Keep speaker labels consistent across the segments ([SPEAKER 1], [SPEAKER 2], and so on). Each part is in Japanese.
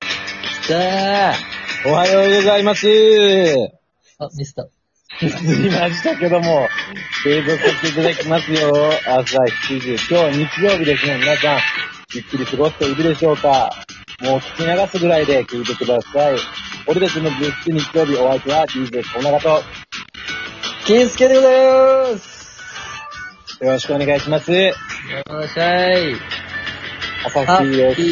[SPEAKER 1] ったー
[SPEAKER 2] おはようございます。
[SPEAKER 1] あ、ミスター。
[SPEAKER 2] すみましたけども、継続させていただきますよ。朝7時、今日日曜日ですね、皆さん。ゆっくり過ごしているでしょうかもう聞き流すぐらいで聞いてください。俺たちの月日曜日お相手は DJ 小長と、
[SPEAKER 1] 金助でございます
[SPEAKER 2] よろしくお願いします。
[SPEAKER 1] よっしゃい
[SPEAKER 2] 朝
[SPEAKER 1] ハ
[SPEAKER 2] 7時
[SPEAKER 1] ッピ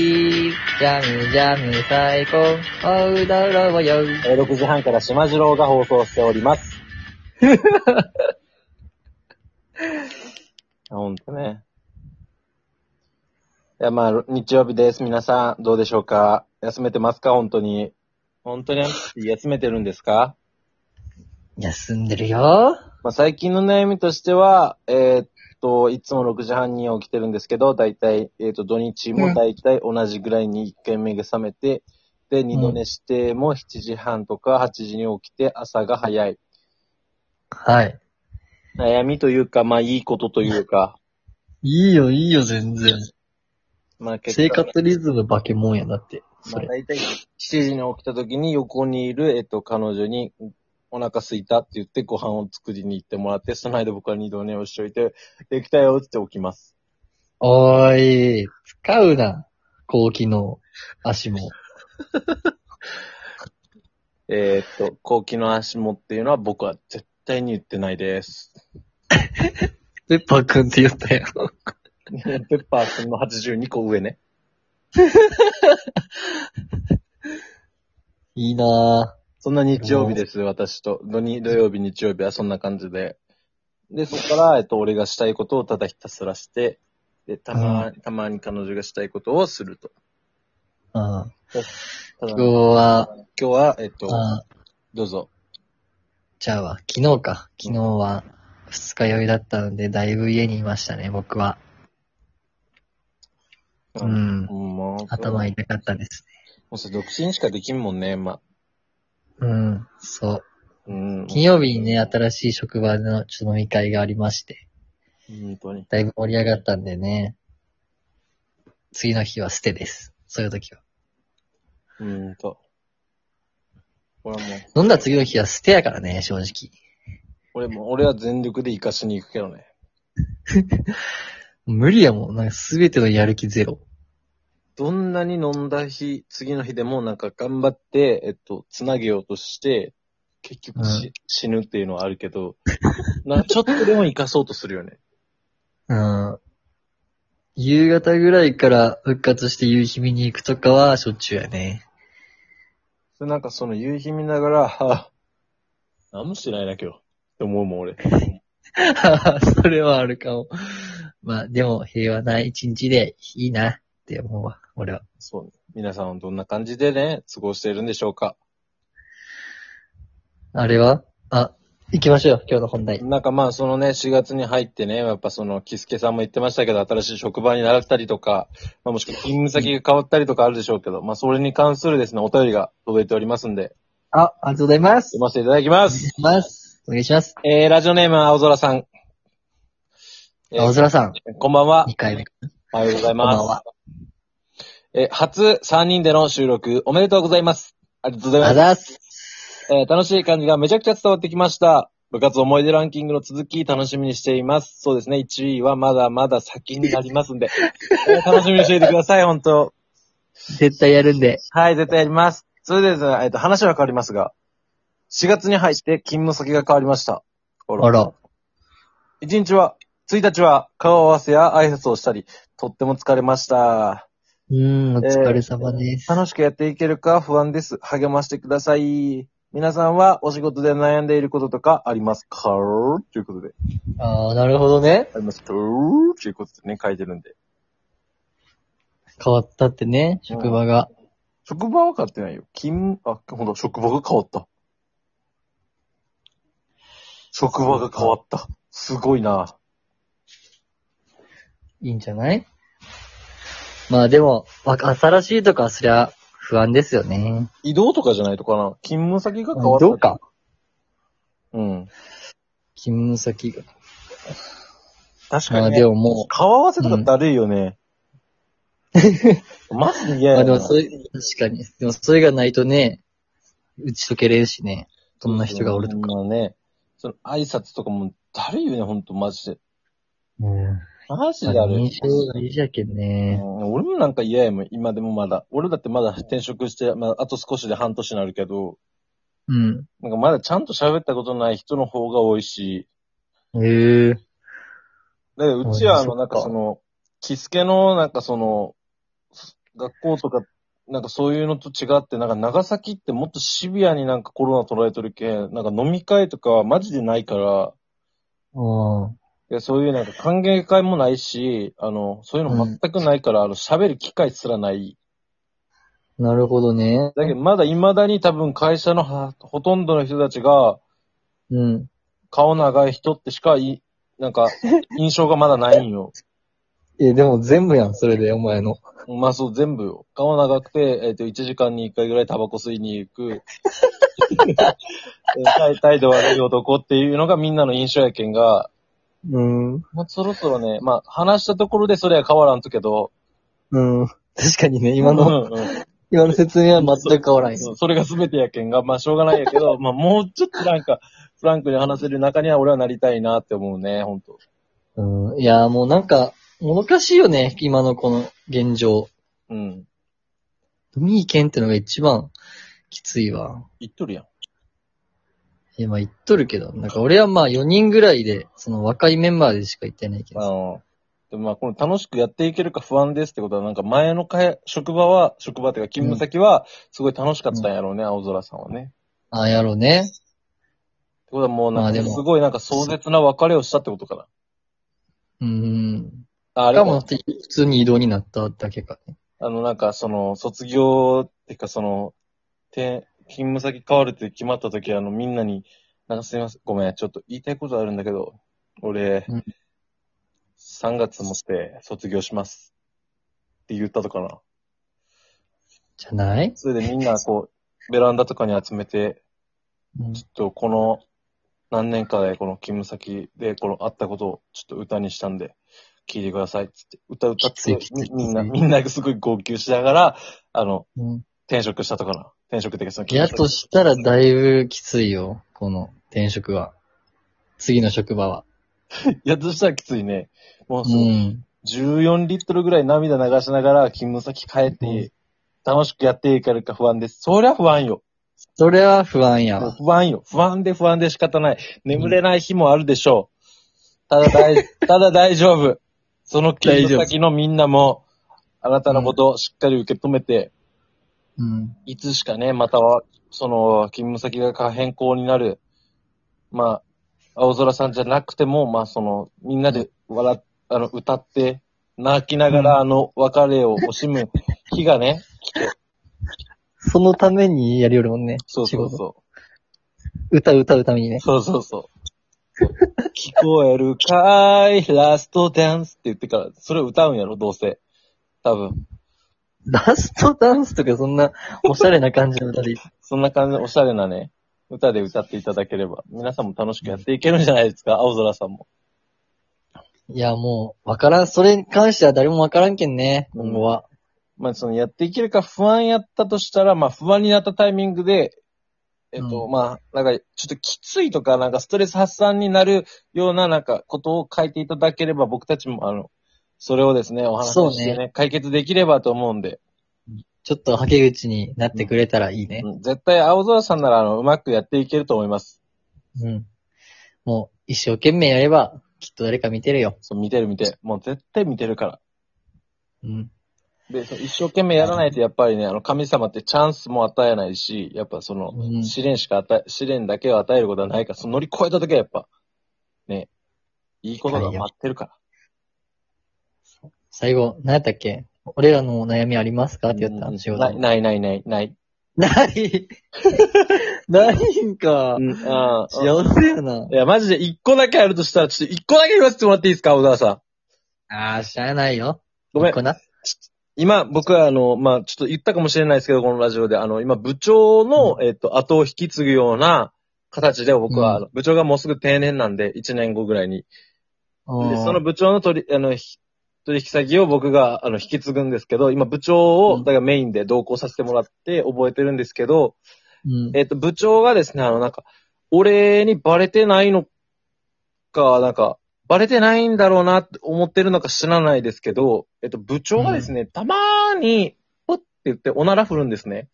[SPEAKER 1] ー、ジャムジャム最高、おうだうろうよ
[SPEAKER 2] えー6時半から島次郎が放送しており ます。あほんとね。いや、まあ、日曜日です。皆さん、どうでしょうか休めてますか本当に。本当に休めてるんですか
[SPEAKER 1] 休んでるよ
[SPEAKER 2] まあ、最近の悩みとしては、えーっと、いつも6時半に起きてるんですけど、だいたい、えーっと、土日もだいたい同じぐらいに1回目が覚めて、で、二度寝しても7時半とか8時に起きて朝が早い。
[SPEAKER 1] はい。
[SPEAKER 2] 悩みというか、まあ、いいことという か、
[SPEAKER 1] いいよ、いいよ、全然。
[SPEAKER 2] まあ、結
[SPEAKER 1] 生
[SPEAKER 2] 果、
[SPEAKER 1] 活リズム化けもんやなって。
[SPEAKER 2] ま
[SPEAKER 1] そ
[SPEAKER 2] あ、
[SPEAKER 1] れ。
[SPEAKER 2] だいたい7時に起きた時に横にいる、えーっと、彼女に、お腹空いたって言ってご飯を作りに行ってもらって、その間僕は二度寝をしといて、できたよって言って起きます。
[SPEAKER 1] おーい、使うな。後期の足も。
[SPEAKER 2] えーっと、後期の足もっていうのは僕は絶対に言ってない です。
[SPEAKER 1] ペッパーくんって言ったよ。
[SPEAKER 2] ペッパー君の82個上ね。
[SPEAKER 1] いいな
[SPEAKER 2] そんな日曜日です、私と。土に土曜日、日曜日はそんな感じで。で、そこから、えっと、俺がしたいことをただひたすらして、で、たま、たまに彼女がしたいことをすると。
[SPEAKER 1] ぁ。うん。
[SPEAKER 2] ただ
[SPEAKER 1] 今日
[SPEAKER 2] 今
[SPEAKER 1] は、
[SPEAKER 2] 日は、えっと、
[SPEAKER 1] あ
[SPEAKER 2] どうぞ。
[SPEAKER 1] じゃあは、昨日か。昨日は、二日酔いだったので、だいぶ家にいましたね、僕は。うん。
[SPEAKER 2] もう、
[SPEAKER 1] 頭
[SPEAKER 2] も
[SPEAKER 1] 痛かったです
[SPEAKER 2] うさ、独身しかできんもんね、ま
[SPEAKER 1] ね。うん。そう。
[SPEAKER 2] あ。うん。
[SPEAKER 1] 金曜日にね、新しい職場でのちょっと飲み会がありまして、
[SPEAKER 2] 本当に。
[SPEAKER 1] だいぶ盛り上がったんでね。次の日は捨てです。そういう時は。
[SPEAKER 2] うんと。これはもう、
[SPEAKER 1] 飲んだ次の日は捨てやからね、正直。
[SPEAKER 2] 俺も、俺は全力で生かしに行くけどね。
[SPEAKER 1] 無理やもん。なんかすべてのやる気ゼロ。
[SPEAKER 2] どんなに飲んだ日、次の日でもなんか頑張って、えっと、つなげようとして、結局し、
[SPEAKER 1] う
[SPEAKER 2] 死ぬっていうのはあるけど、 な、ちょっとでも生かそうとするよね。
[SPEAKER 1] うん。夕方ぐらいから復活して夕日見に行くとかはしょっちゅうやね。
[SPEAKER 2] それなんかその夕日見ながら、はぁ、何もしてないな今日。って思うもん俺。
[SPEAKER 1] それはあるかも。まあ、でも平和な一日でいいなって思うわ、俺は。
[SPEAKER 2] そう、ね。皆さんはどんな感じでね、過ごしているんでしょうか。
[SPEAKER 1] あれはあ、行きましょう、今日の本題。
[SPEAKER 2] なんかまあそのね、4月に入ってね、やっぱその、キスケさんも言ってましたけど、新しい職場に習ったりとか、まあもしくは勤務先が変わったりとかあるでしょうけど、まあそれに関するですね、お便りが届いておりますんで、
[SPEAKER 1] あ、ありがとうございます。
[SPEAKER 2] 読ませていただきます。
[SPEAKER 1] お願いします。お願いします。
[SPEAKER 2] えー、ラジオネーム、青空さん。えー
[SPEAKER 1] 青空さん、
[SPEAKER 2] こんばんは
[SPEAKER 1] 2。回目。
[SPEAKER 2] おはようござい
[SPEAKER 1] こん
[SPEAKER 2] ま
[SPEAKER 1] ばん
[SPEAKER 2] す
[SPEAKER 1] は。
[SPEAKER 2] えー、初3人での収録、おめでとうございます。ありがとうござい
[SPEAKER 1] あ
[SPEAKER 2] ます。
[SPEAKER 1] ざっす。
[SPEAKER 2] えー、楽しい感じがめちゃくちゃ伝わってきました。部活思い出ランキングの続き、楽しみにしています。そうですね、1位はまだまだ先になりますん で、えー楽しみにしていてください、本当
[SPEAKER 1] 絶対やるんで。
[SPEAKER 2] はい、絶対やります。それでですね、えっと、話は変わりますが、4月に入って勤務先が変わりました。ほ
[SPEAKER 1] あら。
[SPEAKER 3] 一日は、
[SPEAKER 2] 1日は顔を合わせや挨拶をしたり、とっても疲れました。
[SPEAKER 1] うーん、お疲れ様です。
[SPEAKER 2] 楽しくやっていけるか不安です。励ましてください。皆さんはお仕事で悩んでいることとかありますかということで。
[SPEAKER 1] ああ、なるほどね。
[SPEAKER 2] ありますかということでね、書いてるんで。
[SPEAKER 1] 変わったってね、職場が。
[SPEAKER 2] 職場は変わってないよ。勤務、あ、ほんと、職場が変わった。職場が変わった。すごいな。
[SPEAKER 1] いいんじゃないまあでも、わ新しいとかそりゃ不安ですよね。
[SPEAKER 2] 移動とかじゃないとかな。勤務先が変わった。
[SPEAKER 1] どうか。
[SPEAKER 2] うん。
[SPEAKER 1] 勤務先が。
[SPEAKER 2] 確
[SPEAKER 1] ま
[SPEAKER 2] か
[SPEAKER 1] あ
[SPEAKER 2] に、
[SPEAKER 1] で
[SPEAKER 2] ね。
[SPEAKER 1] もも
[SPEAKER 2] 顔合わせとかだるいよね。マジで嫌や
[SPEAKER 1] まあで
[SPEAKER 2] な。
[SPEAKER 1] もそれ、確かに。でもそれがないとね、打ち解けれるしね。どんな人がおるとか。
[SPEAKER 2] か。ね、その挨拶とかも、だるいよね、ほんと、マジで。
[SPEAKER 1] うん。
[SPEAKER 2] マジで
[SPEAKER 1] ま
[SPEAKER 2] だ
[SPEAKER 1] あ、
[SPEAKER 2] るい。
[SPEAKER 1] 印象がいいじゃけんね。
[SPEAKER 2] うん俺もなんか嫌やもん、今でもまだ。俺だってまだ転職して、まあ、あと少しで半年になるけど、
[SPEAKER 1] うん。
[SPEAKER 2] なんかまだちゃんと喋ったことない人の方が多いし、
[SPEAKER 1] へえ
[SPEAKER 2] だからうちはあ
[SPEAKER 1] そ
[SPEAKER 2] の、
[SPEAKER 1] う
[SPEAKER 2] なんかその、着付けの、なんかその、学校とか、なんかそういうのと違って、なんか長崎ってもっとシビアになんかコロナ捉えとるけん、なんか飲み会とかはマジでないから、
[SPEAKER 1] うん。
[SPEAKER 2] いや、そういうなんか歓迎会もないし、あの、そういうの全くないから、あの、喋る機会すらない。
[SPEAKER 1] なるほどね。
[SPEAKER 2] だけど、まだ未だに多分会社のはほとんどの人たちが、
[SPEAKER 1] うん。
[SPEAKER 2] 顔長い人ってしかい、なんか、印象がまだないんよ。
[SPEAKER 1] え、でも全部やん、それで、お前の。
[SPEAKER 2] まあそう、全部よ。顔長くて、えっ、と、1時間に1回ぐらいタバコ吸いに行 く。え態態度悪い男っていうのがみんなの印象やけんが、
[SPEAKER 1] うん。
[SPEAKER 2] もうそろそろね、まあ話したところでそれは変わらんとけど、
[SPEAKER 1] うん。確かにね、今の、
[SPEAKER 2] うんうん
[SPEAKER 1] 今の説明は全く変わらん
[SPEAKER 2] そ
[SPEAKER 1] よ。
[SPEAKER 2] うそれが全てやけんが、まあしょうがないやけ ど、まあもうちょっとなんか、フランクに話せる中には俺はなりたいなって思うね、ほんと。
[SPEAKER 1] うん。いや、もうなんか、もどかしいよね、今のこの現状。
[SPEAKER 2] うん。
[SPEAKER 1] 海行けんってのが一番きついわ。
[SPEAKER 2] 言っとるやん。
[SPEAKER 1] いや、まあ言っとるけど、なんか俺はまあ4人ぐらいで、その若いメンバーでしか行ってないけ
[SPEAKER 2] あ
[SPEAKER 1] ど。
[SPEAKER 2] の、でもまあこの楽しくやっていけるか不安ですってことは、なんか前の会職場は、職場っていうか勤務先は、すごい楽しかったんやろうね、青空さんはね。
[SPEAKER 1] ああ、やろうね。
[SPEAKER 2] ってことはもう
[SPEAKER 1] ま
[SPEAKER 2] な
[SPEAKER 1] あ
[SPEAKER 2] ん
[SPEAKER 1] で
[SPEAKER 2] か、
[SPEAKER 1] も
[SPEAKER 2] すごいなんか壮絶な別れをしたってことか
[SPEAKER 1] うん。
[SPEAKER 2] な。ああ
[SPEAKER 1] し
[SPEAKER 2] れ
[SPEAKER 1] かも、
[SPEAKER 2] か
[SPEAKER 1] 普通に移動になっただけかね。
[SPEAKER 2] あのなんかその、卒業っていうかその、て勤務先変わるって決まった時あのみんなに、なんかすいません、ごめん、ちょっと言いたいことあるんだけど、俺、
[SPEAKER 1] うん
[SPEAKER 2] 3月もって卒業しますって言ったとかな。
[SPEAKER 1] じゃない
[SPEAKER 2] それでみんなこう、ベランダとかに集めて、
[SPEAKER 1] うん
[SPEAKER 2] ちょっとこの何年かでこの勤務先でこのあったことをちょっと歌にしたんで、聴いてくださいっつって、歌歌っ
[SPEAKER 1] きつい
[SPEAKER 2] て
[SPEAKER 1] きつい
[SPEAKER 2] み
[SPEAKER 1] きつい
[SPEAKER 2] みんな、みんなすごい号泣しながら、あの、
[SPEAKER 1] うん。
[SPEAKER 2] 転職したとかな。転職っていうかその
[SPEAKER 1] やとしたらだいぶきついよ。この転職は。次の職場は。
[SPEAKER 2] やっとしたらきついね。もう
[SPEAKER 1] う
[SPEAKER 2] その
[SPEAKER 1] ん。
[SPEAKER 2] 14リットルぐらい涙流しながら勤務先帰って、
[SPEAKER 1] うん
[SPEAKER 2] 楽しくやっていけるか不安です。そりゃ不安よ。
[SPEAKER 1] それは不安や
[SPEAKER 2] もう
[SPEAKER 1] わ。
[SPEAKER 2] 不安よ。不安で不安で仕方ない。眠れない日もあるでしょう。ただ大、ただ大丈夫。その勤務先のみんなも、あなたのことをしっかり受け止めて、
[SPEAKER 1] うん。
[SPEAKER 2] いつしかね、または、その、勤務先が変更になる、まあ、青空さんじゃなくても、まあ、その、みんなで笑っ、あの、歌って、泣きながら、あの、別れを惜しむ日がね、
[SPEAKER 1] そのためにやりよるもんね。
[SPEAKER 2] そうそう
[SPEAKER 1] 仕事。
[SPEAKER 2] そう。
[SPEAKER 1] 歌歌うためにね。
[SPEAKER 2] そうそうそう。聞こえるかい、ラストダンスって言ってから、それを歌うんやろ、どうせ。多分。
[SPEAKER 1] ラストダンスとかそんなおしゃれな感じの 歌で
[SPEAKER 2] そんな感じでおしゃれなね、歌で歌っていただければ、皆さんも楽しくやっていけるんじゃないですか、青空さんも。
[SPEAKER 1] いや、もう、わからん。それに関しては誰もわからんけんね、今後は。
[SPEAKER 2] まあ、その、やっていけるか不安やったとしたら、まあ、不安になったタイミングで、えっと、
[SPEAKER 1] う
[SPEAKER 2] まあ、なんか、ちょっときついとか、なんか、ストレス発散になるような、なんか、ことを書いていただければ、僕たちも、あの、それをですね、お話しして
[SPEAKER 1] そう
[SPEAKER 2] ね解決できればと思うんで。
[SPEAKER 1] ちょっと、はけ口になってくれたらいいね。
[SPEAKER 2] うん絶対青空さんなら、あの、うまくやっていけると思います。
[SPEAKER 1] うん。もう、一生懸命やれば、きっと誰か見てるよ。
[SPEAKER 2] そう、見てる見てる。もう絶対見てるから。
[SPEAKER 1] うん。
[SPEAKER 2] で、そう一生懸命やらないと、やっぱりね、あの、神様ってチャンスも与えないし、やっぱその、
[SPEAKER 1] うん
[SPEAKER 2] 試練しか与え、試練だけを与えることはないから、その乗り越えた時はやっぱ、ね、いいことが待ってるから。
[SPEAKER 1] 最後、何やったっけ俺らの悩みありますかって言った
[SPEAKER 2] うん
[SPEAKER 1] の、仕事
[SPEAKER 2] ない、ない、ない、ない、ない。
[SPEAKER 1] ない ないんか。
[SPEAKER 2] うん、ああ
[SPEAKER 1] 幸せやな。
[SPEAKER 2] いや、マジで一個だけあるとしたら、ちょっと一個だけ言わせてもらっていいですか、青空さん。
[SPEAKER 1] あー、しゃあないよ。
[SPEAKER 2] ごめん
[SPEAKER 1] こ。な。
[SPEAKER 2] 今、僕はあの、まあ、ちょっと言ったかもしれないですけど、このラジオで、あの、今、部長の、えっと、後を引き継ぐような形で、僕は、あの部長がもうすぐ定年なんで、1年後ぐらいに。
[SPEAKER 1] う
[SPEAKER 2] で、
[SPEAKER 1] ん
[SPEAKER 2] その部長の取り、あの、ひ取引先を僕が、あの、引き継ぐんですけど、今部長を、
[SPEAKER 1] うん
[SPEAKER 2] だからメインで同行させてもらって覚えてるんですけど、
[SPEAKER 1] うん。
[SPEAKER 2] えっ、と、部長がですね、あの、なんか、俺にバレてないのか、なんか、バレてないんだろうなって思ってるのか知らないですけど、えっと、部長がですね、たまーに、ぽって言っておなら振るんですね。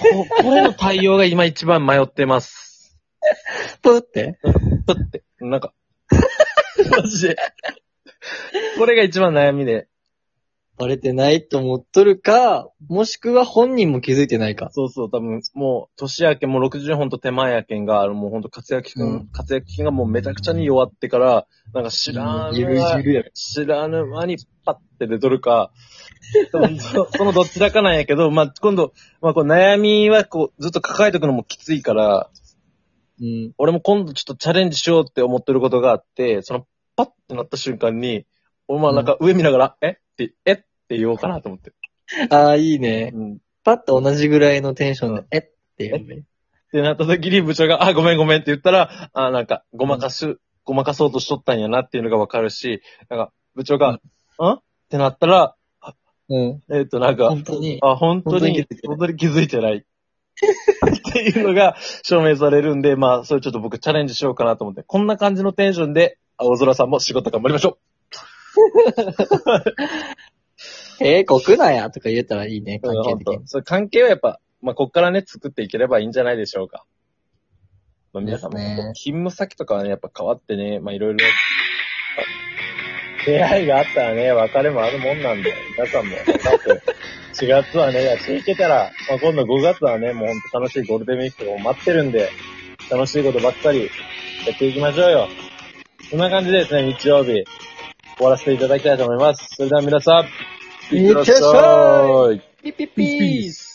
[SPEAKER 2] ここれの対応が今一番迷ってます。
[SPEAKER 1] プって。
[SPEAKER 2] ぷって、なんか。 マジで。これが一番悩みで。
[SPEAKER 1] バレてないと思っとるか、もしくは本人も気づいてないか。
[SPEAKER 2] そうそう、多分、もう、年明け、もう60本と手前やけんが、あのもう本当活躍期間、
[SPEAKER 1] うん
[SPEAKER 2] 活躍期間がもうめちゃくちゃに弱ってから、なんか知ら、
[SPEAKER 1] うんゆるゆるやろ。
[SPEAKER 2] 知らぬ間にパッて出とるか、多分そそのどちらかなんやけど、まあ、今度、まあ、こう悩みはこう、ずっと抱えとくのもきついから、
[SPEAKER 1] うん。
[SPEAKER 2] 俺も今度ちょっとチャレンジしようって思ってることがあって、そのパッてなった瞬間に、俺もなんか上見ながら、えって、えって言おうかなと思って。
[SPEAKER 1] ああ、いいね。
[SPEAKER 2] うん。っ
[SPEAKER 1] パッと同じぐらいのテンションで、えって言うね。
[SPEAKER 2] てなった時に部長が、あ、ごめんごめんって言ったら、あ、なんか、ごまかし、ごまかそうとしとったんやなっていうのがわかるし、なんか、部長が、んってなったら、
[SPEAKER 1] うん。
[SPEAKER 2] えっ、と、なんか、
[SPEAKER 1] 本当に。
[SPEAKER 2] あ、本当に、本
[SPEAKER 1] 本
[SPEAKER 2] 当に気づいてない。っていうのが証明されるんで、まあ、それちょっと僕チャレンジしようかなと思って、こんな感じのテンションで、青空さんも仕事頑張りましょ
[SPEAKER 1] えー、国なんやとか言えたらいいね、
[SPEAKER 2] う。う
[SPEAKER 1] 関
[SPEAKER 2] ん、
[SPEAKER 1] 係
[SPEAKER 2] 本
[SPEAKER 1] 的に
[SPEAKER 2] 当。。それ関係はやっぱ、まあ、こっからね、作っていければいいんじゃないでしょうか。まあ、皆さんも、
[SPEAKER 1] ですね
[SPEAKER 2] 勤務先とかはね、やっぱ変わってね、まあ、いろいろ、あ出会いがあったらね、別れもあるもんなんで、皆さんも、だって、4月はね、やっていけたら、まあ、今度5月はね、もうほんと楽しいゴールデンウィークが待ってるんで、楽しいことばっかりやっていきましょうよ。そんな感じでですね、日曜日、終わらせていただきたいと思います。それでは皆さん、
[SPEAKER 1] いってらっしゃい
[SPEAKER 2] いってらっしゃい
[SPEAKER 1] ピッピッピース